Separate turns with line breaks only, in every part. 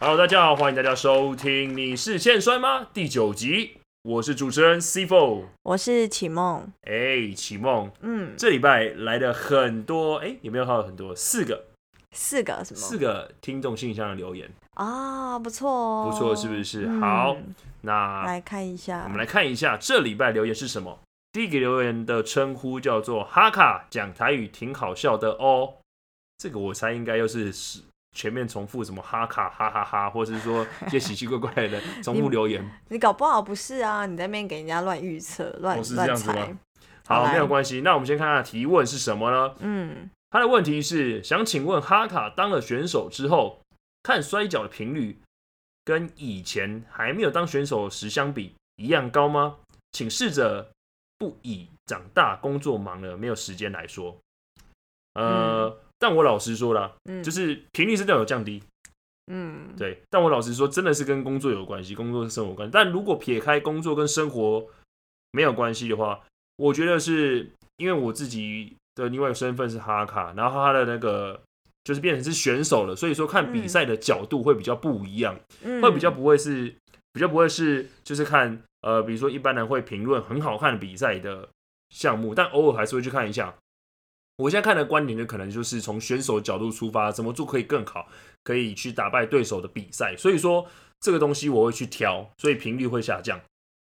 Hello，大家好，欢迎大家收听《你是欠摔吗》第九集，我是主持人 C Four。
我是启梦，
哎、启梦，
嗯，
这礼拜来的很多，哎、有没有看到很多？四个，
四个什么？
四个听众信箱的留言，
啊，不错哦，
不错，是不是？
嗯
好，那
来看一下，
我们来看一下这礼拜留言是什么。第一个留言的称呼叫做“哈卡”，讲台语挺好笑的哦。这个我猜应该又是是前面重复什么“哈卡”“哈哈哈”，或是说一些奇奇怪怪的重复留言。
你搞不好不是啊，你在那边给人家乱预测、乱
哦是这
乱
样子吗
猜，
好，
来
没有关系。那我们先看看提问是什么呢？
嗯，
他的问题是想请问哈卡当了选手之后，看摔跤的频率跟以前还没有当选手时相比一样高吗？请试着不以长大、工作忙了、没有时间来说。呃，但我老实说啦，
嗯
就是频率是都有降低，
嗯，
对。但我老实说，真的是跟工作有关系，工作跟生活有关系。但如果撇开工作跟生活没有关系的话，我觉得是因为我自己的另外一个身份是哈卡，然后他的那个就是变成是选手了，所以说看比赛的角度会比较不一样，
嗯
会比较不会是比较不会是就是看呃，比如说一般人会评论很好看的比赛的项目，但偶尔还是会去看一下。我现在看的观点就可能就是从选手角度出发，怎么做可以更好，可以去打败对手的比赛。所以说这个东西我会去挑，所以频率会下降。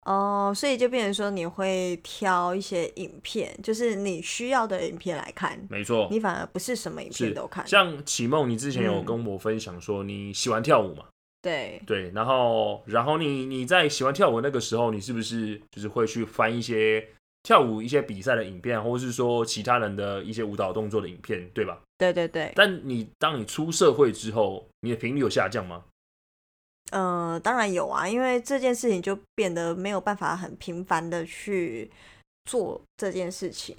哦，所以就变成说你会挑一些影片，就是你需要的影片来看，
没错，
你反而不是什么影
哦
片
是
都看，嗯
像启梦，你之前有跟我分享说你喜欢跳舞嘛？
对，
对，然后然后你你在喜欢跳舞那个时候，你是不是就是会去翻一些跳舞一些比赛的影片，或是说其他人的一些舞蹈动作的影片，对吧？
对对对，
但你当你出社会之后，你的频率有下降吗？
呃，当然有啊，因为这件事情就变得没有办法很频繁的去做这件事情。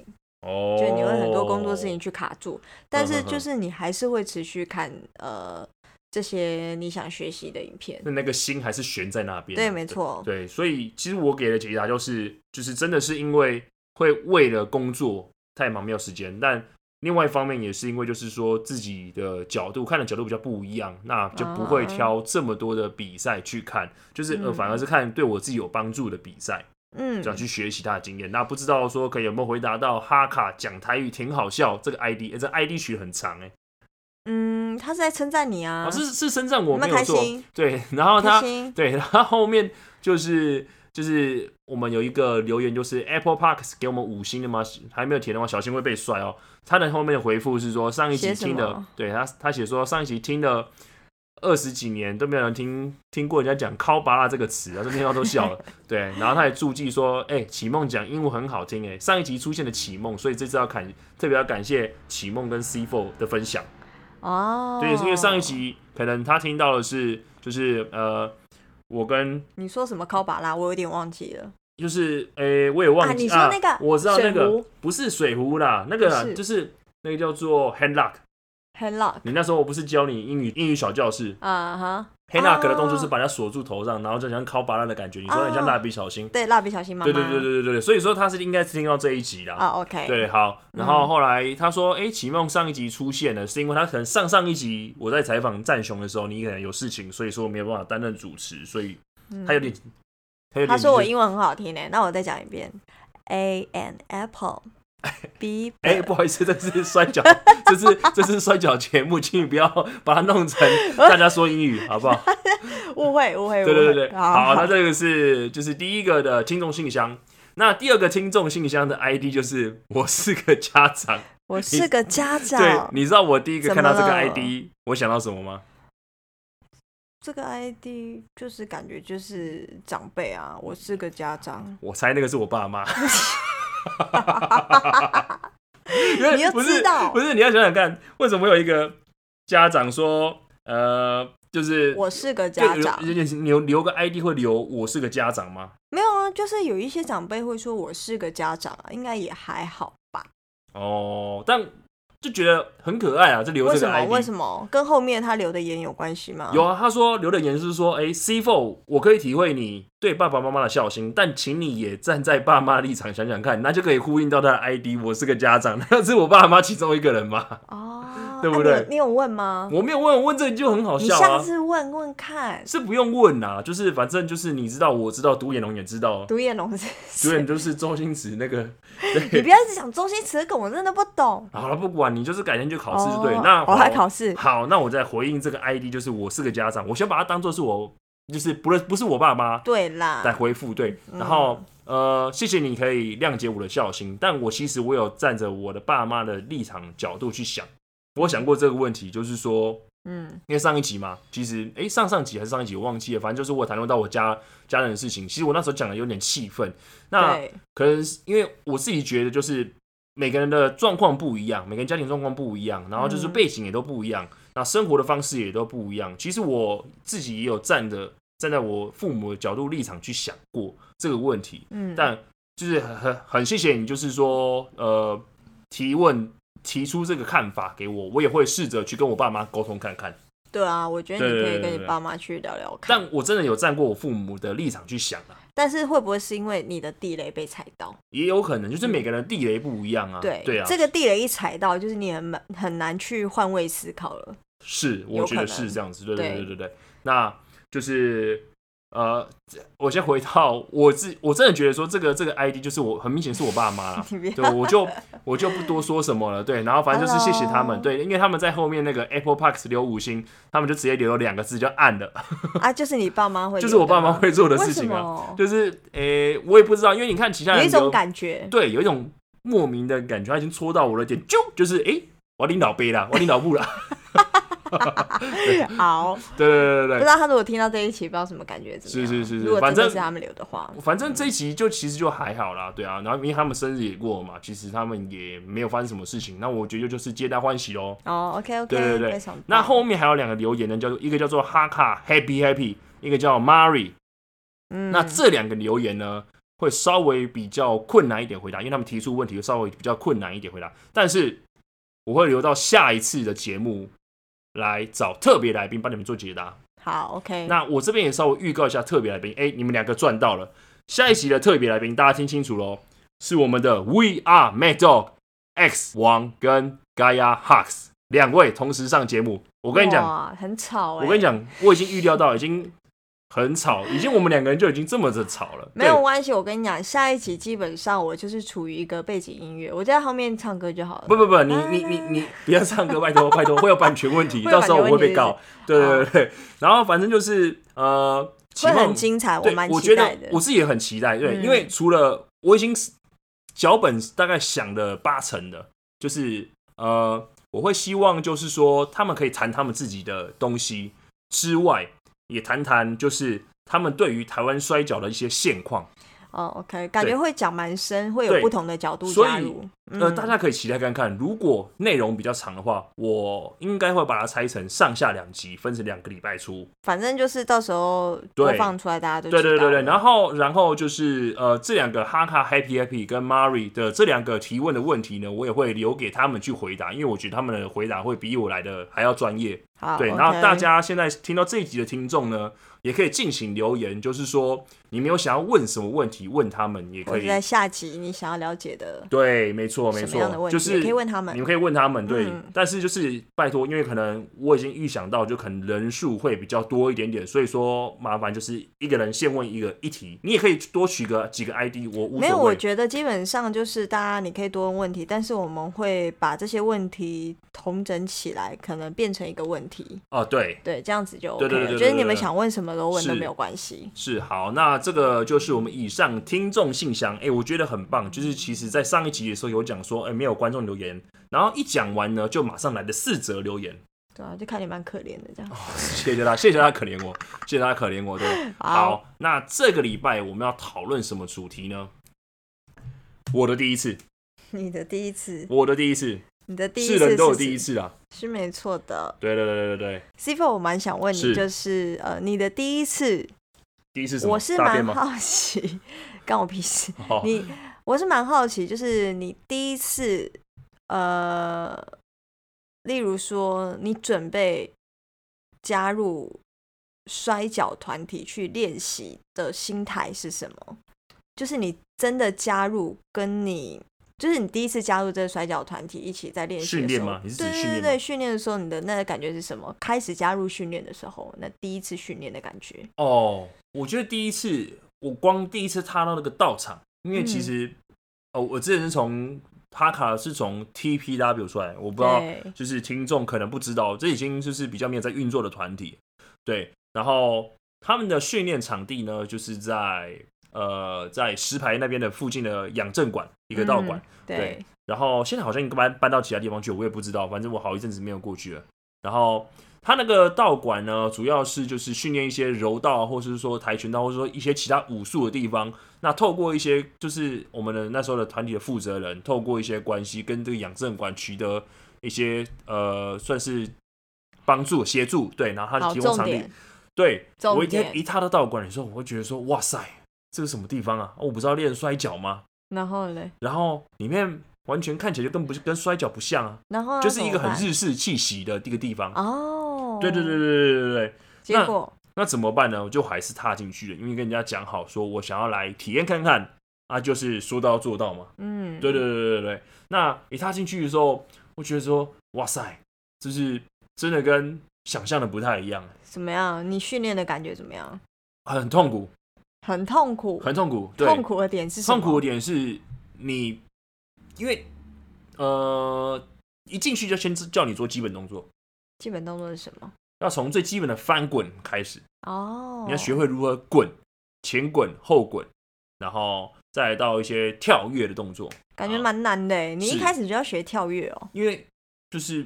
哦
就你会很多工作事情。去卡住，但是
嗯哼
就
哼
是你还是会持续看呃这些你想学习的影片。
那那个心还是悬在那边啊。
对，没错，
对，所以其实我给的解答就是，就是真的是因为会为了工作太忙没有时间，但另外一方面也是因为就是说自己的角度看的角度比较不一样，那就不会
啊
挑这么多的比赛去看，就是呃
嗯
反而是看对我自己有帮助的比赛，
嗯
这，样去学习他的经验。那不知道说可以有没有回答到哈卡讲台语挺好笑这个 ID，、欸、这 ID 取得很长哎、
啊嗯，他是在称赞你
欸，
啊，
哦是是称赞我
有没
没
有
有
开
错
心，
对，然后他
开心，
对，然后后面就是就是我们有一个留言，就是 Apple Parks 给我们五星的吗？还没有填的话，小心会被摔哦。他的后面的回复是说，上一集
写什
听的
么，
对他他写说上一集听的二十几年都没有人听听过人家讲“敲巴拉”这个词，然后听到都笑 了。对，然后他还注记说，哎、启梦讲英文很好听，哎，上一集出现的启梦，所以这次要感特别要感谢启梦跟 C Four 的分享。
哦，
对，是因为上一集可能他听到的是就是呃。我跟
你说什么考巴拉，我有点忘记了，
就是诶、我也忘记
啊你说那个
我知道那
水
个
壶
不是水壶啦，那个啦
不是
就是那个叫做 hand lock。
很 luck
你那时候我不是教你英语英语小教室
啊哈，
hand lock 的动
哦
作是把它锁住头上，然后就像敲巴拉的感觉。你说很像蜡笔小新，
对，蜡笔小哦新妈妈，
对对对对对对，所以说他是应该是听到这一集啦。
啊，OK，嗯
对，好，然后后来他说，诶，启梦上一集出现了，是因为他可能上上一集我在采访战雄的时候，你可能有事情，所以说没有办法担任主持，所以
嗯
他有点，他有点
他说我
就是
英文很好听呢，那我再讲一遍，A and apple，B，
哎、
呃
不好意思，这是摔跤， 这是这是摔跤节目，请你不要把它弄成
呃
大家说英语，好不
哎
好？
误会误会，
对对
误会
对对，好，那这个是就是第一个的听众信箱，那第二个听众信箱的 ID 就是我是个家 长，
我是个家长，
对，你知道我第一个看到这个
怎么了
ID，我想到什么吗？
这个 ID 就是感觉就是长辈啊，我是个家长，
我猜那个是我爸 妈。
你就
不是
知道
不是你要想想看，为什么有一个家长说，呃，就是
我是个
就
家
有
长。
有点你留留个 ID 会留我是个家长吗？
没有啊，就是有一些长辈会说我是个家长啊，应该也还好吧？
哦，但就觉得很可爱啊，就留
为
这
什
个
么？
ID。
为什么？跟后面他留的言有关系吗？
有啊，他说留的言是说，哎、c Four，我可以体会你对爸爸妈妈的孝心，但请你也站在爸妈的立场想想看，那就可以呼应到他的 ID，我是个家长，那是我爸妈其中一个人嘛？
哦，
对不
啊
对
你有你有问吗？
我没有问，问这个就很好
你
笑
下
啊，哦
次问问看，
是不用问啦、就是反正就是你知道，我知道，独眼龙也知道，
独眼龙是
独眼
谁？
就是周星驰那个。
你
对，
不要一直讲周星驰的梗，我真的不懂。
好了，不管你就是改天去考试就对。
哦
那
我还考试，
好，那我再回应这个 ID，就是我是个家长，我先把它当做是我，就是不是不是我爸妈
对啊嗯
来
啦，
回复对，然后、呃，谢谢你可以谅解我的孝心，但我其实我有站着我的爸妈的立场角度去想，我想过这个问题，就是说，
嗯
因为上一集嘛，其实诶，上上集还是上一集我忘记了，反正就是我谈论到我家家人的事情，其实我那时候讲的有点气愤，那
对，
可能是因为我自己觉得就是每个人的状况不一样，每个人家庭状况不一样，然后就是
嗯
背景也都不一样，那生活的方式也都不一样。其实我自己也有站着站在我父母的角度立场去想过这个问题，
嗯，
但就是很很很谢谢你，就是说呃提问提出这个看法给我，我也会试着去跟我爸妈沟通看看。
对啊，我觉得你可
对对
以跟
对
你
对
爸妈去聊聊看。
但我真的有站过我父母的立场去想啊，
但是会不会是因为你的地雷被踩到？
也有可能就是每个人地雷不一样啊。
对，
对啊，
这个地雷一踩到，就是你很难很难去换位思考了。
是，我
有
觉
可
得是
能
这样子，对对
对
对对对。那就是呃，我先回到我自，我真的觉得说这个这个 ID 就是我很明显是我爸妈啦
你不要，
对，我就我就不多说什么了，对。然后反正就是谢谢他们，
Hello
对，因为他们在后面那个 Apple Parks 留五星，他们就直接留了两个字叫暗的，
啊，就是你爸妈 会，
就是我爸妈会做的事情
为什
啊，
么
就是诶、我也不知道，因为你看其他
哦有
人
一种
留
感觉，
对，有一种莫名的感觉，他已经戳到我的点，啾，就是诶、我要领导杯啦，我要领导部啦，
好，
对对对对 对
不知。道他如果听到这一期，不知道什么感觉怎么样。啊
是是是是
如果
反
真
正
的是他们留的话，
反正这一集就其实就还好啦，对啊，然后因为他们生日也过了嘛，其实他们也没有发生什么事情，那我觉得就是皆大欢喜喽。
哦，OK OK，
对对对
非常棒
那后面还有两个留言呢，叫做一个叫做哈卡 Happy Happy，一个叫 Mary，、
嗯，
那这两个留言呢会稍微比较困难一点回答，因为他们提出问题会稍微比较困难一点回答，但是我会留到下一次的节目来找特别来宾帮你们做解答。
好 OK，
那我这边也稍微预告一下特别来宾，哎、你们两个赚到了。下一期的特别来宾，大家听清楚喽，是我们的 We Are Mad Dog X 王跟 Gaia Hux 两位同时上节目。我
我
跟你讲，
讲，很吵哎、
我跟你，讲，我已经预料到，已经很吵，已经我们两个人就已经这么的吵了。
没有关系，我跟你讲，下一集基本上我就是处于一个背景音乐，我在后面唱歌就好了。
对，不不不，你你你你不要唱歌，拜托拜托，会有版权问题，
会有
到时候我
版
会
权问题
被告。对对对对，然后反正就是呃，期
会很
望
精彩，
对，
蛮
我
期
觉
待
得
的。
我自己也很期待，对，
嗯
因为除了我已经是脚本大概想了八成的，就是呃，我会希望就是说他们可以谈他们自己的东西之外，也谈谈就是他们对于台湾摔跤的一些现况，
哦，OK，感
对
觉会讲蛮深，会
对
有不同的角度
所以
加入。嗯
呃，大家可以期待看看。如果内容比较长的话，我应该会把它拆成上下两集，分成两个礼拜出。
反正就是到时候
对
播放出来，大家都
对对
知道
对对，
了
然后然后就是呃，这两个哈卡 Happy Happy 跟 Mari 的这两个提问的问题呢，我也会留给他们去回答，因为我觉得他们的回答会比我来的还要专业。
好，
对，
OK
然后大家现在听到这一集的听众呢，也可以进行留言，就是说你们有想要问什么问题，问他们也
或
可
者
以。
在下集你想要了解的
对，没错，没
什么样的
错，
问
就
题，
是
也可以问他
你
们
们。可以问他们，对，
嗯
但是就是拜托，因为可能我已经预想到，就可能人数会比较多一点点，所以说麻烦就是一个人先问一个一题，你也可以多取个几个 ID，我无
没有，
所
我
谓。
觉得基本上就是大家你可以多问问题，但是我们会把这些问题统整起来，可能变成一个问题，
哦，对，
对，这样子就
对
OK
对
了。
对对
就是
对
你们
对
想问什么都问都
是
没有关系。
是好，那这个就是我们以上听众信箱，哎、我觉得很棒，就是其实在上一集的时候有讲说，哎、没有观众留言，然后一讲完呢，就马上来的四则留言，
对啊，就看你蛮可怜的这
哦
样。
谢谢大家，谢谢大家可怜我，谢谢大家可怜我，对。
好，
好，那这个礼拜我们要讨论什么主题呢？我的第一次，
你的第一次，
我的第一次，
你的第一
是
次
人都有
是
第一次啊。
是没错的。
对对对对对，
C f o 我蛮想问
是
你，就是呃，你的第一次，
第一次什么？
我是
大便
蛮
吗？
好奇， 干我屁事。
哦
你，我是蛮好奇，就是你第一次，呃，例如说你准备加入摔跤团体去练习的心态是什么？就是你真的加入，跟你就是你第一次加入这个摔跤团体，一起在练习
训
的时
练
候
吗你是指
对对
训
对
练
对，
吗
训练的时候你的那个感觉是什么？开始加入训练的时候，那第一次训练的感觉，
哦，我觉得第一次我光第一次踏到那个道场，因为其
嗯
实、哦，我之前是从哈卡是从 TPW 出来，我不知道
对，
就是听众可能不知道，这已经就是比较没有在运作的团体，对。然后他们的训练场地呢，就是在呃在石牌那边的附近的养正馆一个道馆，
嗯对，
然后现在好像已经搬搬到其他地方去了，我也不知道，反正我好一阵子没有过去了。然后他那个道馆呢，主要是就是训练一些柔道，啊或是说跆拳道，或者说一些其他武术的地方。那透过一些就是我们的那时候的团体的负责人，透过一些关系跟这个养正馆取得一些呃算是帮助协助，对，然后他
好，
提供
重
场地
点，，
对
重
我一天
点
一踏到道馆的时候，我会觉得说哇塞，这是什么地方啊？我不知道练摔跤吗？
然后嘞，
然后里面完全看起来就跟不是跟摔跤不像啊，
然后要
就是一个
怎么
很日式气息的一个地方。
办哦，
对对对对，对对对，
结
那
果
那怎么办呢？我就还是踏进去了，因为跟人家讲好说，我想要来体验看看啊，就是说到做到嘛。
嗯，
对对对对对对，那一踏进去的时候，我觉得说，哇塞，就是真的跟想象的不太一样，啊
怎么样？你训练的感觉怎么样？
很痛苦，
很痛苦，
很痛苦，对，
痛苦的点是什
痛
么？
苦的点是你，因为呃，一进去就先叫你做基本动作，
基本动作是什么？
要从最基本的翻滚开始，
哦，
你要学会如何滚，前滚后滚，然后再到一些跳跃的动作，
感觉
啊
蛮难的欸，你一
是
开始就要学跳跃哦。
因为就是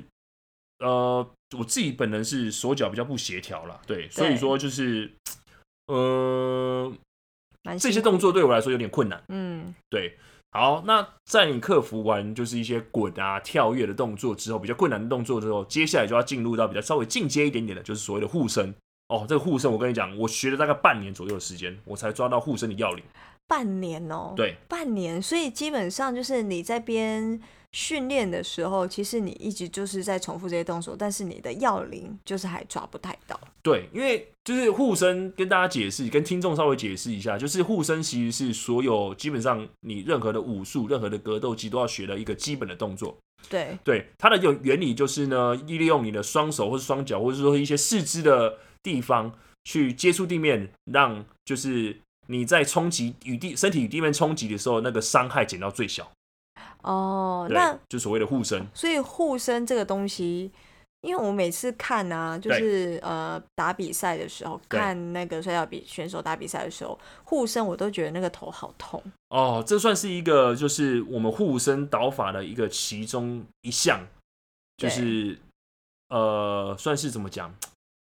呃，我自己本人是手脚比较不协调啦，对，所以
对
说就是呃，
蛮
这
辛
些
苦
动作对我来说有点困难。
嗯，
对，好，那在你克服完就是一些滚啊、跳跃的动作之后，比较困难的动作之后，接下来就要进入到比较稍微进阶一点点的，就是所谓的护身。哦，这个护身，我跟你讲，我学了大概半年左右的时间，我才抓到护身的要领。
半年哦，，
对，
半年，所以基本上就是你在边训练的时候，其实你一直就是在重复这些动作，但是你的要领就是还抓不太到。
对，因为就是护身，跟大家解释，跟听众稍微解释一下，就是护身其实是所有基本上你任何的武术、任何的格斗技都要学的一个基本的动作。
对，
对，它的有原理就是呢，利用你的双手或是双脚，或者说一些四肢的地方去接触地面，让就是你在冲击与地身体与地面冲击的时候，那个伤害减到最小。
哦，
对
那，
就所谓的护身。
所以护身这个东西。因为我每次看啊，就是呃打比赛的时候，
对
看那个摔跤比选手打比赛的时候，护身我都觉得那个头好痛。
哦，这算是一个就是我们护身导法的一个其中一项，就
对
是呃，算是怎么讲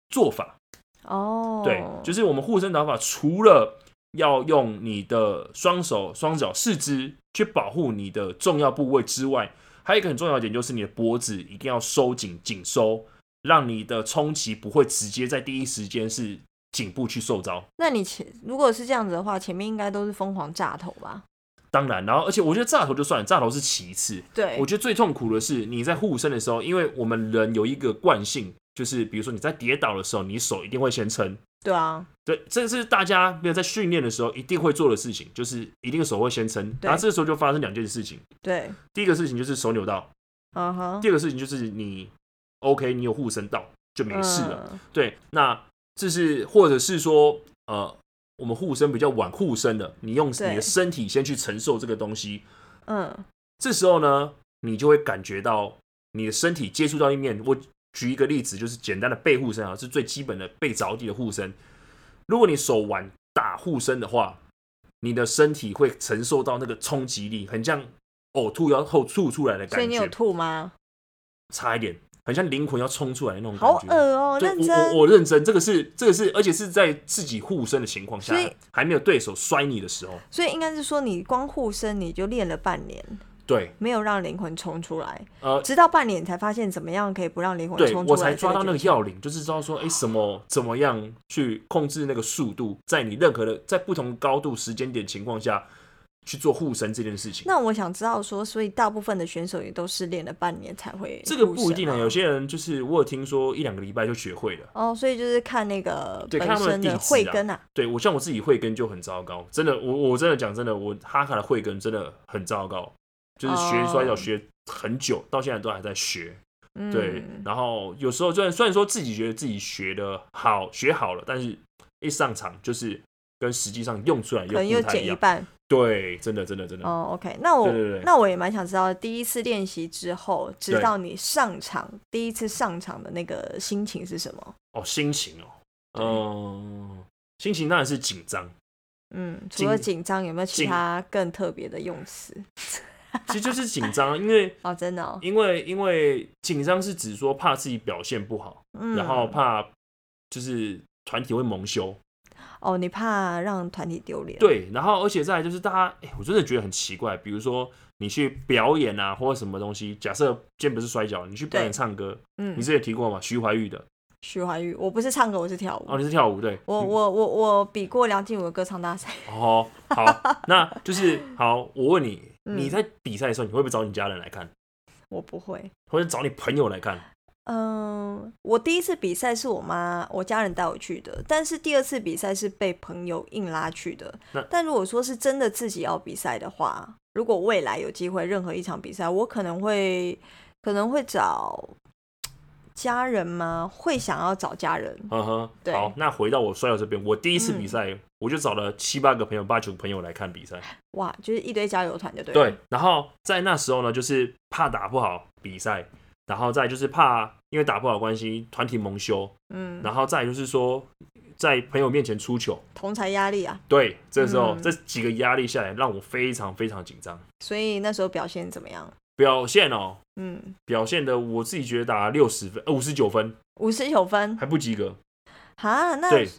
做法。
哦，
对，就是我们护身导法，除了要用你的双手、双脚、四肢去保护你的重要部位之外，还有一个很重要的点就是你的脖子一定要收紧，紧收，让你的冲击不会直接在第一时间是颈部去受招。
那你前如果是这样子的话，前面应该都是疯狂炸头吧？
当然，然后而且我觉得炸头就算了，炸头是其次，
对，
我觉得最痛苦的是你在护身的时候，因为我们人有一个惯性，就是比如说你在跌倒的时候，你手一定会先撑。
对啊，
对，这是大家没有在训练的时候一定会做的事情，就是一定手会先撑。
对
然后这个时候就发生两件事情，
对，
第一个事情就是手扭到，
嗯哼，
第二个事情就是你 OK，你有护身到就没事了。
嗯
对，那这是或者是说，呃，我们护身比较晚护身的，你用你
对
的身体先去承受这个东西，
嗯，
这时候呢，你就会感觉到你的身体接触到地面。我举一个例子，就是简单的背护身啊，是最基本的背着地的护身。如果你手腕打护身的话，你的身体会承受到那个冲击力，很像呕吐要后吐出来的
所以
感
你有
觉，
吐吗？
差一点，很像灵魂要冲出来的那种
好
感
恶
觉。
哦、
对，
认
我我
真。
我认真，这个是这个是，而且是在自己护身的情况下
所以，
还没有对手摔你的时候。
所以应该是说，你光护身你就练了半年，
对，
没有让灵魂冲出来，
呃，
直到半年你才发现怎么样可以不让灵魂
对
冲出
我
来。
才抓到那个
这诀窍
要领，就是知道说，哎、什么怎么样去控制那个速度，在你任何的在不同高度、时间点情况下去做护身这件事情。
那我想知道说，所以大部分的选手也都是练了半年才会
这个
入
不一
神
定啊，
吗
有些人就是我有听说一两个礼拜就学会了。
哦，所以就是看那个
对
本
看他们的
身
底
的
子
慧
啊
根啊，
对我像我自己慧根就很糟糕，真的，我我真的讲真的，我哈卡的慧根真的很糟糕。就是学摔跤
哦
学很久，到现在都还在学。
嗯，
对，然后有时候虽然虽然说自己觉得自己学的好，学好了，但是一上场就是跟实际上用出来
可能又
又不太
减
一
一
样。
半。
对，真的真的真的，
哦，OK，那我
对对对
那我也蛮想知道，第一次练习之后，直
对
到你上场，第一次上场的那个心情是什么？
哦，心情哦，
哦
嗯、心情当然是紧 张，
嗯，除
紧
了紧张，有没有其
紧
他更特别的用词？
其实就是紧张，因为
哦，真的、哦，
因为因为紧张是指说怕自己表现不好，
嗯，
然后怕就是团体会蒙羞，
哦，你怕让团体丢脸，，
对，然后而且再来就是大家，哎、我真的觉得很奇怪，比如说你去表演啊，或者什么东西，假设今天不是摔跤，你去表演
对
唱歌，
嗯
你，之前提过嘛，徐怀钰的，
徐怀钰，我不是唱歌，我是跳舞，
哦，你是跳舞对，
我
嗯
我我我比过梁静茹的歌唱大赛，
哦，好，那就是好，我问你，
嗯
你在比赛的时候，你会不会找你家人来看，
我不会。
或者找你朋友来看？
嗯，我第一次比赛是我妈、我家人带我去的，但是第二次比赛是被朋友硬拉去的
那。
但如果说是真的自己要比赛的话，如果未来有机会任何一场比赛，我可能会可能会找家人吗？会想要找家人。
呵呵，
嗯对
好，那回到我摔跤这边，我第一次比
嗯
赛，我就找了七八个朋友、八九个朋友来看比赛，
哇，就是一堆交友团就对了。
对，然后在那时候呢，就是怕打不好比赛，然后再就是怕因为打不好的关系团体蒙羞，
嗯，
然后再就是说在朋友面前出糗，
同才压力啊。
对，这时候、
嗯
这几个压力下来，让我非常非常紧张。
所以那时候表现怎么样？
表现哦，
嗯，
表现的我自己觉得打六十分，呃五十九分
五十九分。
还不及格。
哈，那
对，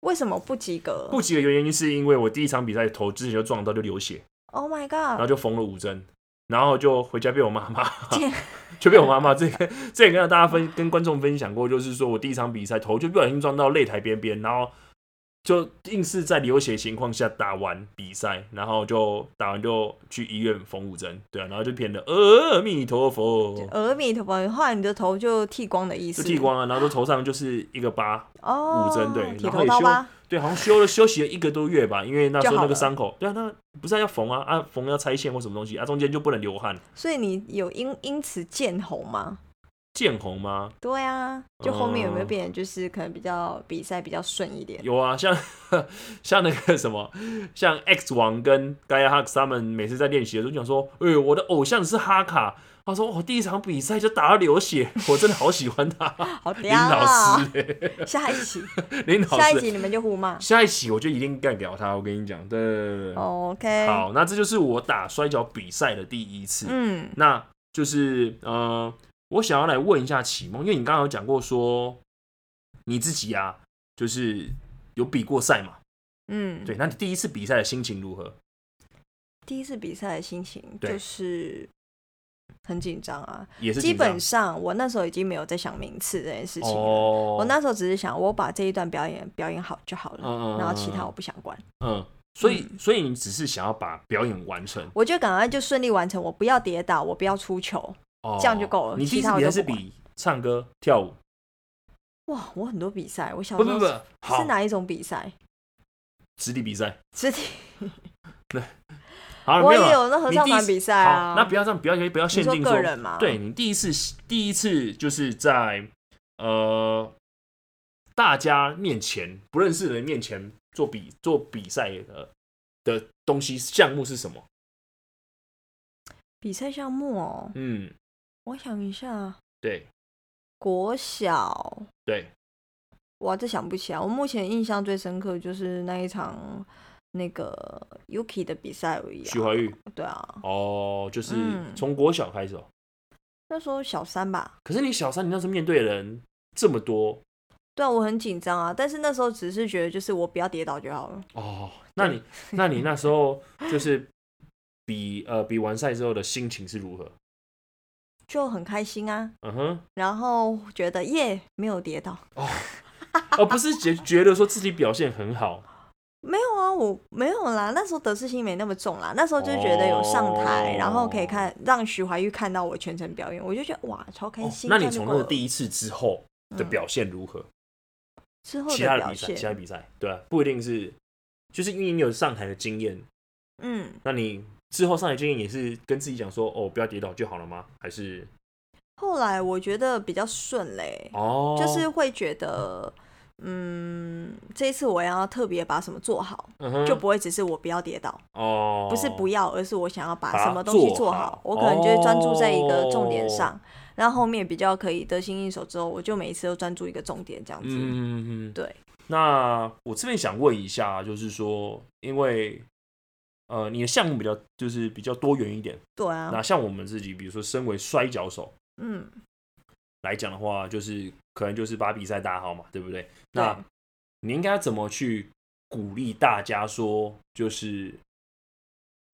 为什么不及格
不及格的原因是因为我第一场比赛头之前就撞到就流血，
？Oh my
然后
god！
就缝了五针，然后就回家被我妈骂
天，
就被我妈骂。这个这也跟大家分跟观众分享过，就是说我第一场比赛头就不小心撞到擂台边边，然后就硬是在流血情况下打完比赛，然后就打完就去医院缝五针，对啊，然后就变得阿弥陀佛。
阿弥陀佛，后来你的头就剃光的意思，
就剃光了，然后就头上就是一个疤，
哦，
五针对
剃
然后
头
也
刀
修
吧，
对，好像休了休息了一个多月吧，因为那时
就
候
好
那个
了
伤口，对啊，那不是啊要缝啊啊缝要拆线或什么东西啊，中间就不能流汗，
所以你有因因此见红吗？
见红吗？
对啊，就后面有没
嗯
有变，就是可能比较比赛比较顺一点？
有啊，像 像那个什么，像 X 王跟 Gaia Hux 他们每次在练习的时候就想说，哎、呦，我的偶像是哈卡。他说：“我第一场比赛就打到流血， 我真的好喜欢他。
好”
林
屌
老
啊！
师、 欸，
下一期，
林老师，
下一集你们就 互骂。
下一期我就一定干掉他。我跟你讲，对对对对。
哦 OK，
好，那这就是我打摔跤比赛的第一次。
嗯，
那就是呃，我想要来问一下启蒙，因为你刚刚有讲过说你自己啊，就是有比过赛嘛，
嗯，
对，，那你第一次比赛的心情如何？
第一次比赛的心情
对
就是很紧张啊，
也是
基
紧张
本上我那时候已经没有在想名次这件事情了。
哦，
我那时候只是想，我把这一段表演表演好就好了，
嗯
然后其他我不想管，
嗯，所以所以你只是想要把表演完成，
我就赶快就顺利完成，我不要跌倒，我不要出糗。
哦，
这样就够了
你第一
其
次
他我
比赛
都
是
不管
比唱歌、跳舞，
哇，我很多比赛，我小
不
时
不
候
不
哦是，
好
是，哪一种比赛？
实体比赛。
肢体，
好，
我
没
也
有啊。
有那合
你
唱
第一
团
次
比赛啊
好，。那不要这样，不要不要限
你说
定
个人嘛？
对，你第一次第一次就是在呃大家面前不认识的人面前做比做比赛的的东西项目是什么？
比赛项目哦，
嗯，
我想一下，
对
国小，
对，
哇，这想不起来。我目前印象最深刻就是那一场那个 Yuki 的比赛而已、啊。
徐怀钰
对啊，
哦，就是
嗯
从国小开始哦。
那时候小三吧，
可是你小三，你那时候面对的人这么多
对啊，我很紧张啊，但是那时候只是觉得就是我不要跌倒就好了。
哦，那你那你那时候就是比呃比完赛之后的心情是如何？
就很开心啊，
嗯哼，
然后觉得耶没有跌倒，
而不是觉觉得说自己表现很好，
没有啊，我没有啦，那时候得失心没那么重啦，那时候就觉得有上台，
哦
然后可以看让徐怀钰看到我全程表演，我就觉得哇超开
哦
心。
那你从那个
一
第一次之后的表现如何？
之后
其
的
他的
嗯表
比赛，其他
现，
比赛，对啊，不一定是，就是因为你有上台的经验，
嗯，
那你之后上野经验也是跟自己讲说，哦，不要跌倒就好了吗？还是
后来我觉得比较顺嘞、
哦，
就是会觉得，嗯，这一次我要特别把什么做好，
嗯哼
就不会只是我不要跌倒，
哦，
不是不要，而是我想要把
把它
什么东西
做
做
好哦
好，我可能就会专注在一个重点上，然后后面比较可以得心应手之后，我就每一次都专注一个重点这样子。
嗯嗯嗯，嗯
对。
那我这边想问一下，就是说，因为呃，你的项目比较就是比较多元一点。
对啊，
那像我们自己，比如说身为摔跤手
嗯，
来讲的话，就是可能就是把比赛打好嘛，对不对？
对
那你应该怎么去鼓励大家说，就是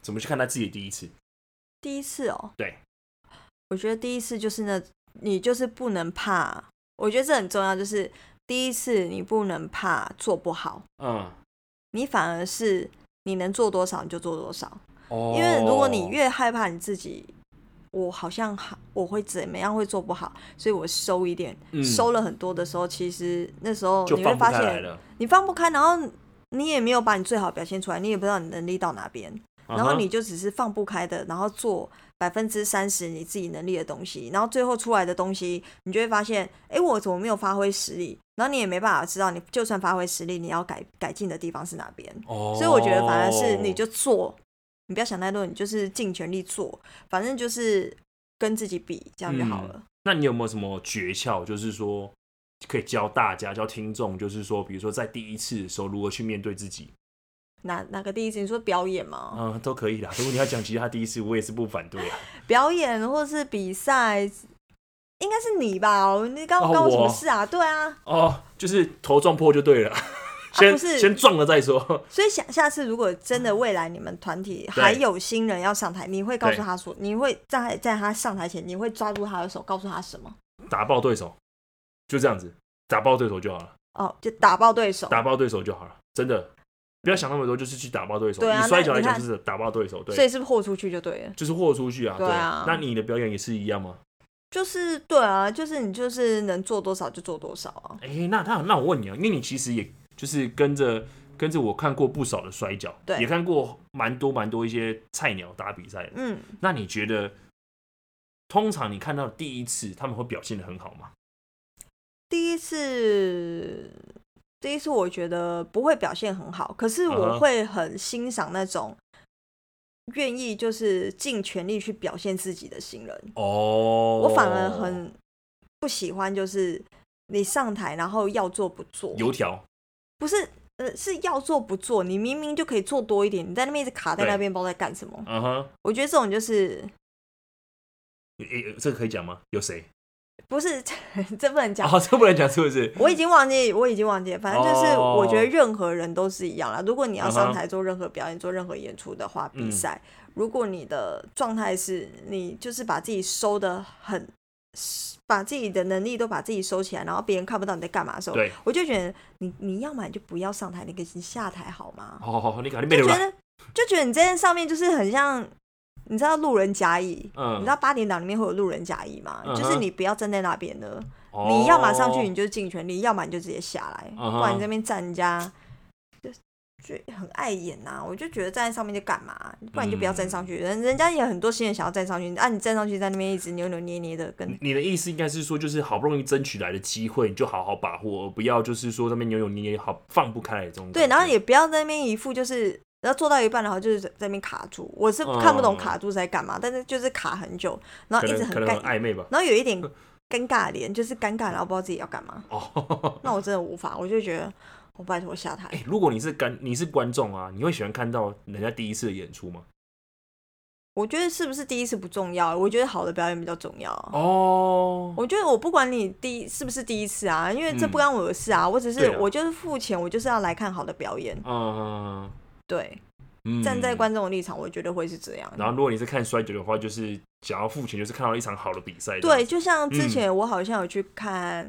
怎么去看待自己的第一次？
第一次哦，
对，
我觉得第一次就是那，你就是不能怕，我觉得这很重要，就是第一次你不能怕做不好，
嗯，
你反而是你能做多少你就做多少，
哦，
因为如果你越害怕你自己，我好像好我会怎么样会做不好，所以我收一点，
嗯
收了很多的时候，其实那时候
就
你会
放不
发
开来
现
了，
你放不开，然后你也没有把你最好表现出来，你也不知道你能力到哪边，然后
嗯哼
你就只是放不开的，然后做百分之三十你自己能力的东西，然后最后出来的东西，你就会发现，哎，我怎么没有发挥实力？然后你也没办法知道，你就算发挥实力，你要改改进的地方是哪边。
哦，
所以我觉得反而是你就做，你不要想太多，你就是尽全力做，反正就是跟自己比，这样就
嗯
好了。
那你有没有什么诀窍？就是说，可以教大家、教听众，就是说，比如说在第一次的时候，如何去面对自己，
哪哪个第一次？你说表演吗？
嗯，都可以啦。如果你要讲其他第一次，我也是不反对啊。
表演或是比赛，应该是你吧？你刚
哦
刚关我什
我
么事啊？对啊，
哦，就是头撞破就对了，先、
不是
先撞了再说。
所以下下次如果真的未来你们团体
对
还有新人要上台，你会告诉
对
他说，你会在在他上台前，你会抓住他的手，告诉他什么？
打爆对手，就这样子，打爆对手就好了，
哦，就打爆对手。
打爆对手就好了，真的。不要想那么多，就是去打爆对手。
对啊
你摔
那
跤来
你
讲
看
就是打爆对手，
所
对，
以是不是豁出去就对了，
就是豁出去啊。
对啊
那你的表演也是一样吗？
就是对啊，就是你就是能做多少就做多少啊。
哎、那那那我问你啊，因为你其实也就是跟着跟着我看过不少的摔跤，
对
也看过蛮多蛮多一些菜鸟打比赛的。
嗯，
那你觉得，通常你看到第一次他们会表现的很好吗？
第一次，第一次我觉得不会表现很好，可是
嗯哼
我会很欣赏那种愿意就是尽全力去表现自己的新人。
哦
我反而很不喜欢，就是你上台然后要做不做，
油条，
不是呃是要做不做，你明明就可以做多一点，你在那边一直卡在
对
那边，不知道在干什么。
嗯哼，
我觉得这种就是
诶、诶这个可以讲吗？有谁？
不是 这不能讲。
哦，这不能讲是不是？
我已经忘记，我已经忘记了，反正就是
哦
我觉得任何人都是一样啦。如果你要
嗯
上
哼
台做任何表演、做任何演出的话，比
嗯
赛，如果你的状态是你就是把自己收的很，把自己的能力都把自己收起来，然后别人看不到你在干嘛的时候，
对，
我就觉得你你要嘛你就不要上台，你给你下台好吗？
哦好好好，你搞定没
就
有
觉
了。
得就觉得你这件上面就是很像，你知道路人甲乙。
嗯，
你知道八点档里面会有路人甲乙吗？
嗯哼
就是你不要站在那边的，
哦
你要么上去你就尽全力，要么你就直接下来，
嗯哼
不然你这边站人家就就很碍眼呐、我就觉得站在上面就干嘛，不然你就不要站
嗯
上去。人、人家也有很多新人想要站上去，啊，你站上去在那边一直扭扭捏捏的跟，
你你的意思应该是说，就是好不容易争取来的机会，你就好好把握，而不要就是说那边扭扭捏捏，好放不开来这种感觉。
对，然后也不要在那边一副就是。然后做到一半，然后就是在那边卡住。我是看不懂
嗯
卡住是在干嘛，但是就是卡很久，然后
可
啊一直
能可
很
能
尴
很，暧昧吧。
然后有一点尴尬的脸，就是尴尬，然后不知道自己要干嘛。
哦，
那我真的无法，我就觉得我拜托下台。
哎、如果你是观你是观众啊，你会喜欢看到人家第一次的演出吗？
我觉得是不是第一次不重要，我觉得好的表演比较重要。
哦，
我觉得我不管你第一是不是第一次啊，因为这
嗯
不干我的事啊，我只
对
是
啊
我就是付钱，我就是要来看好的表演。
嗯，
对，
嗯
站在观众的立场，我觉得会是这样。
然后如果你是看摔跤的话，就是想要付钱，就是看到一场好的比赛。
对，，就像
嗯
之前我好像有去看，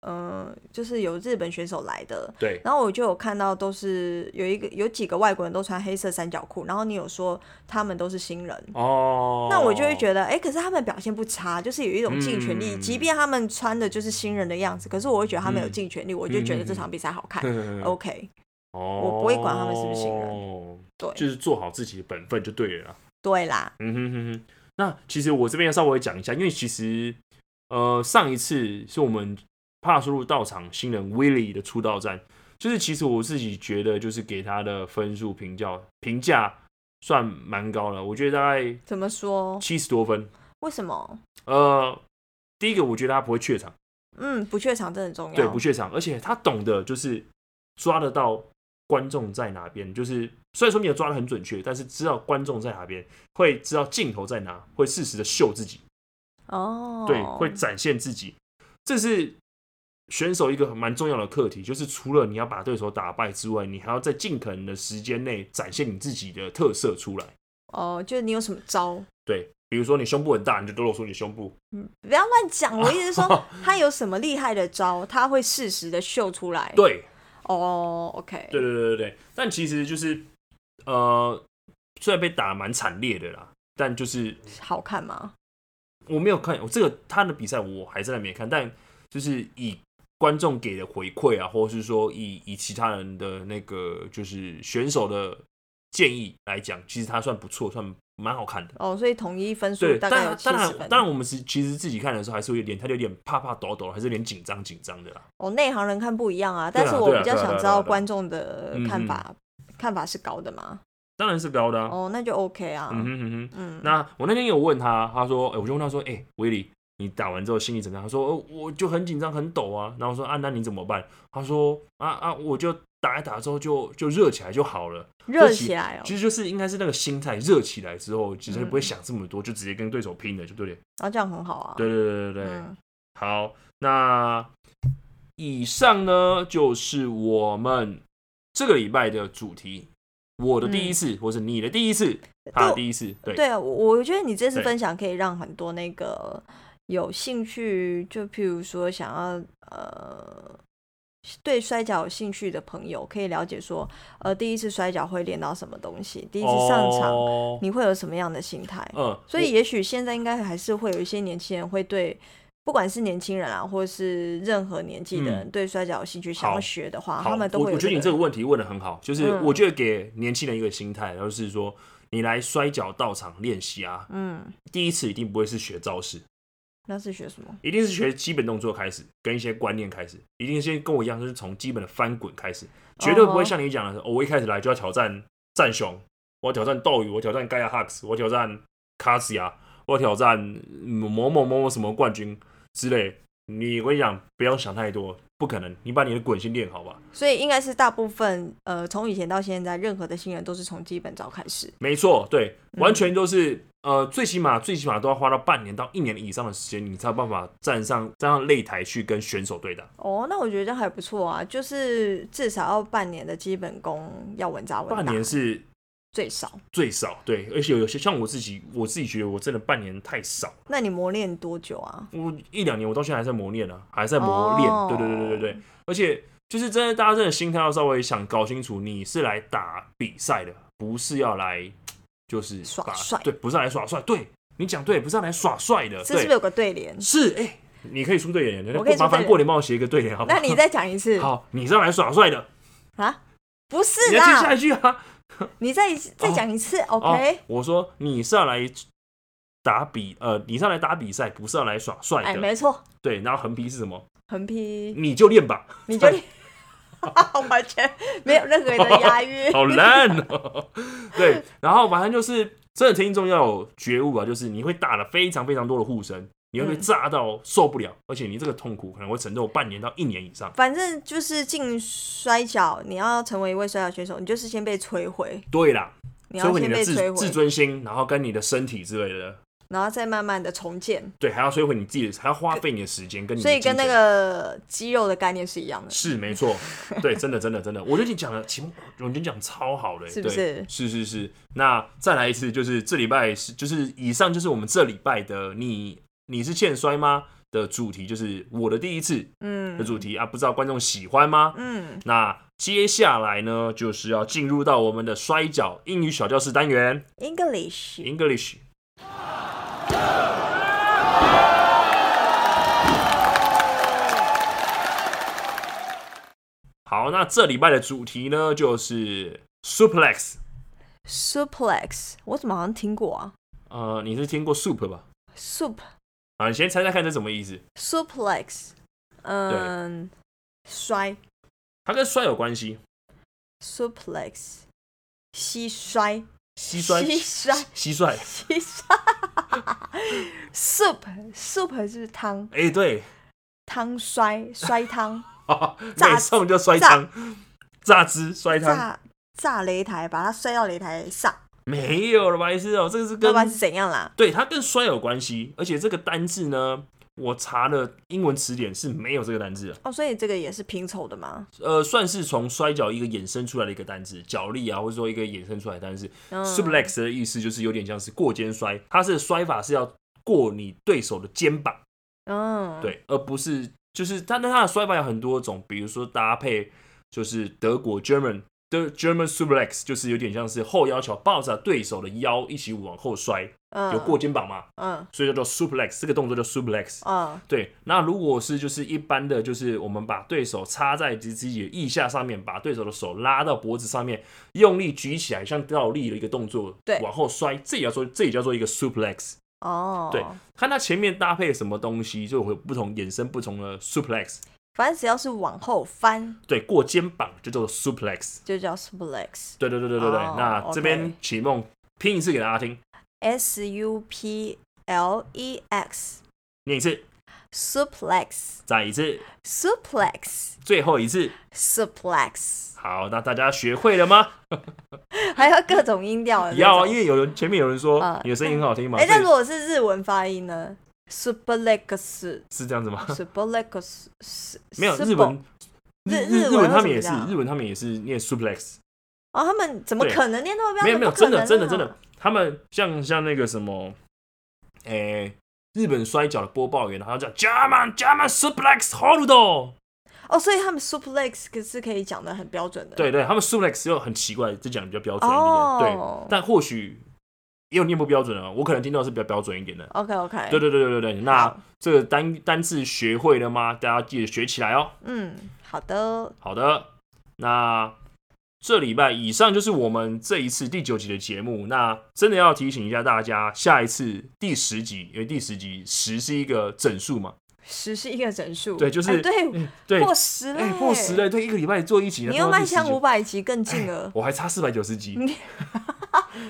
呃，就是有日本选手来的，
对，
然后我就有看到都是有一个有几个外国人都穿黑色三角裤，然后你有说他们都是新人，
哦，
那我就会觉得，哎、可是他们表现不差，就是有一种尽全力，
嗯
即便他们穿的就是新人的样子，可是我会觉得他们有
嗯
尽全力，我就觉得这场比赛好 看。
得
OK，
哦，
我不会管他们是不是新人
人，
对
就是做好自己的本分就对了啦。
对啦，
嗯哼哼哼。那其实我这边要稍微讲一下，因为其实呃上一次是我们帕苏路到场新人 Willie 的出道战，就是其实我自己觉得就是给他的分数评价评价算蛮高了，我觉得大概
怎么说？
七十多分。
为什么？
呃，第一个我觉得他不会怯场，
嗯，不怯场真的很重要。
对，不怯场，而且他懂得就是抓得到观众在哪边，就是虽然说没有抓得很准确，但是知道观众在哪边，会知道镜头在哪，会适时的秀自己，
哦，
对，会展现自己，这是选手一个蛮重要的课题，就是除了你要把对手打败之外，你还要在尽可能的时间内展现你自己的特色出来，
哦，就是你有什么招？
对。比如说你胸部很大，你就多露出你的胸部。
嗯，不要乱讲。我意思是 说，他有什么厉害的招，他会适时的秀出来。，
对，
哦，OK，
对对对对对，但其实就是呃，虽然被打得蛮惨烈的啦，但就是
好看吗？
我没有看我这个他的比赛，我还在那边看，但就是以观众给的回馈啊，或者是说以以其他人的那个就是选手的建议来讲，其实他算不错，算蛮好看的。
哦，所以统一分数
对，
大
但
概有七
当
十
然，
分。
当然，我们是其实自己看的时候，还是会有点，他就有点怕怕抖抖，还是有点紧张紧张的啦。
哦，内行人看不一样啊，
对啊
但是我
对啊
比较
对啊
想
对啊
知
对
道
啊对啊
观众的
嗯
看
嗯
法，看法是高的吗？
当然是高的啊。
哦，那就 OK 啊。
嗯哼嗯哼。
嗯，
那我那天有问他，他说，哎、我就问他说，哎、威利，你打完之后心里怎么样？他说，呃我就很紧张，很抖啊。然后我说，啊，那你怎么办？他说，啊啊，我就打一打之后就就热起来就好了。
热
其
起来哦，
其实就是应该是那个心态热起来之后，其实就不会想这么多，就直接跟对手拼了，就对了。
然后这样很嗯好啊。
对对对对对，
嗯，
好，那以上呢就是我们这个礼拜的主题。我的第一次，或是你的第一次，他的
嗯呃对
第一次，对，
对啊，我我觉得你这次
对
分享可以让很多那个有兴趣，就譬如说想要呃对摔跤有兴趣的朋友，可以了解说，呃，第一次摔跤会练到什么东西，第一次上场
哦
你会有什么样的心态。
嗯，
所以也许现在应该还是会有一些年轻人会对。不管是年轻人啊，或是任何年纪的人，对摔跤有兴趣，想要
嗯好
学的话，
好，
他们都会
我。
有
我觉得你这个问题问的很好，就是
嗯
我觉得给年轻人一个心态，然后是说你来摔跤到场练习啊，
嗯，
第一次一定不会是学招式，
那是学什么？
一定是学基本动作开始，跟一些观念开始，一定先跟我一样，就是从基本的翻滚开始，绝对不会像你讲的，哦，我一开始来就要挑战战雄，我要挑战斗鱼，我挑战盖亚哈克斯，我挑战卡西亚，我挑战某某某某什么冠军之类。你我跟你讲，不要想太多，不可能，你把你的滚先练好吧。
所以应该是大部分呃，从以前到现在，任何的新人都是从基本招开始。
没错，对，
嗯
完全都是、呃，最起码最起码都要花到半年到一年以上的时间，你才有办法站上站上擂台去跟选手对打。
哦，那我觉得这样还不错啊，就是至少要半年的基本功要稳扎稳打，
半年是
最少。
最少，对，而且有些像我自己，我自己觉得我真的半年太少，
那你磨练多久啊？
我一两年我到现在还在磨练啊，还在磨练，
哦
对对对对对对，而且就是真的，大家真的心态要稍微想搞清楚，你是来打比赛的，不是要来就是
耍
把
帅
对，不是来耍帅，对你讲对，不是要来耍帅的，
这是不
呃对
是有个对联？
是，哎、你可以出对联，
我可以出
麻
对
烦
联
过年帮我写一个对联，好不好？
那你再讲一次
好，你是要来耍帅的，
啊？不是
你要接下
啦，
一句啊。
你再再讲一次、o
哦
k，
我说你是要来打比，呃，你是要来打比赛，不是要来耍帅
哎，
的。
没错，
对，然后横批是什么？
横批，
你就练 吧，
你就完全 没有任何的押韵。
好烂哦、对，然后反正就是真的，听众要有觉悟啊，就是你会打了非常非常多的护身，你会被
嗯
炸到受不了，而且你这个痛苦可能会承受半年到一年以上。
反正就是进摔跤，你要成为一位摔跤选手，你就是先被摧毁，
对啦，
你
摧
要
毁
先
你
被
的自
摧
自
毁，
尊心，然后跟你的身体之类的。
然后再慢慢的重建。
对，还要摧毁你自己的，还要花费你的时嗯间跟你的
所以跟
金
那
钱
个肌肉的概念是一样的，
是没错，对，真的真的真的，我觉得你讲的题目，我觉得你讲得超好的、欸，
是不
对
是
是是是。那再来一次，就是这礼拜是，就是以上就是我们这礼拜的你你是欠摔吗的主题，就是我的第一次的
嗯
主题、啊，不知道观众喜欢吗？
嗯，
那接下来呢，就是要进入到我们的摔跤英语小教室单元
English，
，English。好，那这礼拜的主题呢，就是 suplex
suplex，我怎么好像听过啊
呃，你是听过 soup 吧？
？sup
啊，你先猜猜看这什么意思？
suplex，嗯，摔
它跟摔有关系，
suplex，膝摔，
蟋蟀，
蟋蟀，
蟋蟀。
膝摔，soup soup 是汤，
哎、对，
汤摔摔汤，榨
每送就摔汤，榨汁摔汤，
炸炸擂台，把它摔到擂台上，
没有了白痴哦，这个是
要
跟
不然是怎样啦？
对它跟摔有关系，而且这个单字呢，我查了英文词典是没有这个单字的，
哦，所以这个也是拼凑的吗？
呃，算是从摔跤一个衍生出来的一个单字，脚力啊，或者说一个衍生出来的单字。
嗯
suplex 的意思就是有点像是过肩摔，它是摔法是要过你对手的肩膀，
嗯，，
对，而不是就是它那它的摔法有很多种，比如说搭配就是德国 German 的 German suplex，就是有点像是后腰桥抱着对手的腰一起往后摔，
嗯，
有过，肩膀嘛，
嗯
所以叫做 suplex，这个动作叫 suplex。
嗯
对，那如果是就是一般的，就是我们把对手插在自自己的腋下上面，把对手的手拉到脖子上面，用力举起来，像倒立的一个动作，
对
往后摔，这也叫做这也叫做一个 suplex。
哦，
对，看它前面搭配什么东西，就会有不同衍生不同的 suplex。
反正只要是往后翻
对，过肩膀就叫做 suplex。
就叫 suplex。
对对对对对对。
哦
那这边
OK
启梦拼一次给大家听，
S U P L E X
念一次，
suplex
再一次，
suplex
最后一次。
suplex，
好，那大家学会了吗？
还有各种音调的那
要啊，因
种。
为有人前面有人说、
呃
你的声音很好听嘛，
哎，
所以
那如果是日文发音呢？suplex
是这样子吗？
suplex
没有日文，
日
日
日
日
文
文
会
他们
怎
也是
么讲
日文他们也是念 suplex，
哦，他们怎么
对
可能念那么标准？
没有没有
不可
真
能啊
的真的真的，他们像像那个什么，哎、日本摔跤的播报员，他叫 German German suplex hold，
哦，所以他们 suplex 可是可以讲的很标准的。
对对，他们 suplex 又很奇怪，就讲比较标准一点，
哦
对，但或许也有念不标准的，我可能听到是比较标准一点的。
，OK OK，
对对对对对对，那
好
这个单单字学会了吗？大家记得学起来哦。
嗯，好的，
好的，那这礼拜以上就是我们这一次第九集的节目。那真的要提醒一下大家，下一次第十集，因为第十集十是一个整数嘛，
十是一个整数，
对，就是、
哎对
哎对
破十了
哎
欸，
破十了，对，一个礼拜做一集，
你
那
又
做到
迈
第十
向
集
五百集更近 了，
哎我还差四百九十集
你。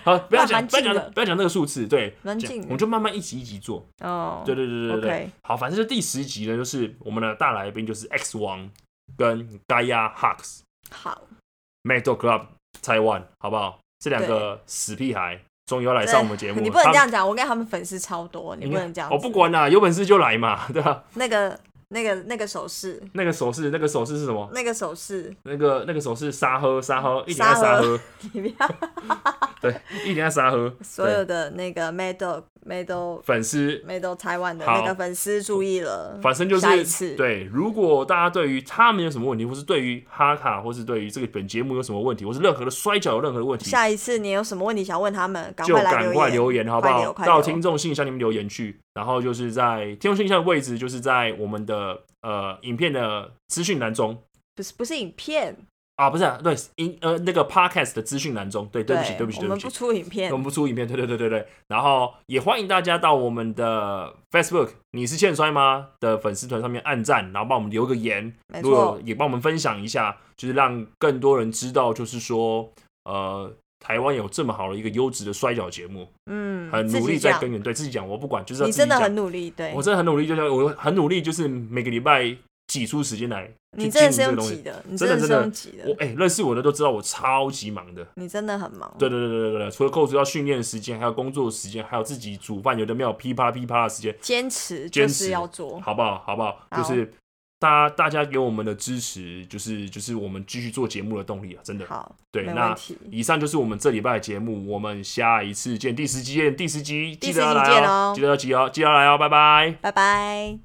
好，不要
嗯慢
讲，
慢
不要
进的
讲，不要讲那个数字，对，
蛮
讲
近的
我们就慢慢一集一集做。
哦，
对对对对对对
OK
好，反正就第十集呢，就是我们的大来宾就是 X 王跟 Gaia Hux。
好，
Metal Club Taiwan，好不好？这两个死屁孩终于要来上哎我们节目了，
你不能这
他
样
们，哎
讲，我跟他们粉丝超多，你
应
不
该
能这样，
我哦不，管啦，有本事就来嘛， 对吧、
那个那个那个手势，
那个手势，那个手势是什么？
那个手势，
那个那个手势沙喝沙喝，一点爱沙
沙
喝
喝，你不要，
对， 一点爱沙喝。
所有
对
的那个 medal medal
粉丝，
medal 台湾的
好
那个粉丝注意了，
反正就
嗯下一
是
次，
对。如果大家对于他们有什么问题，或是对于哈卡，或是对于这个本节目有什么问题，或是任何的摔跤有任何的问题，
下一次你有什么问题想问他们，赶
就
快来
赶
留
快
言，
留言好不
快
好
留？快
到
留
听众信箱里面留言去，然后就是在听众信箱的位置，就是在我们的呃影片的资讯栏中
不是不是影片，
啊，不是、啊、对影呃那个 podcast 的资讯栏中，对，对不起，对不起，
我
对不
们不
起。
出影片
我，们不出影片，对对对对对。然后也欢迎大家到我们的 Facebook“ 你是欠摔吗”的粉丝团上面按赞，然后帮我们留个言，
没
如果
错，
也帮我们分享一下，就是让更多人知道，就是说，呃，台湾有这么好的一个优质的摔跤节目，
嗯，
很
自
努
己
力在
讲
耕耘，对自己讲，我不管，就是要
你
自己
真的
讲。
很努力，对
我，真的很努力，就是我很努力，就是每个礼拜挤出时间来去
你
经
真
营
的是
这个
用
东
挤
西。
的，你
真的
的是
真的
用挤
我
的，
哎、认识我的都知道我超级忙的。
你真的很忙，
对对对对对对，除了扣除掉训练的时间，还有工作的时间，还有自己煮饭，有的没有噼啪噼啪的时间，
坚持
坚
就
持
是要做，
好不好？好不好？
哦好
就是大家大家给我们的支持，就是就是我们继续做节目的动力啊，真的。
好，
对，
没
那
问题，
以上就是我们这礼拜的节目，我们下一次见，第十集见，第十集记
第十
得要
集
来
见
哦，
哦
记得要记得要记得要来哦，拜拜。
拜拜。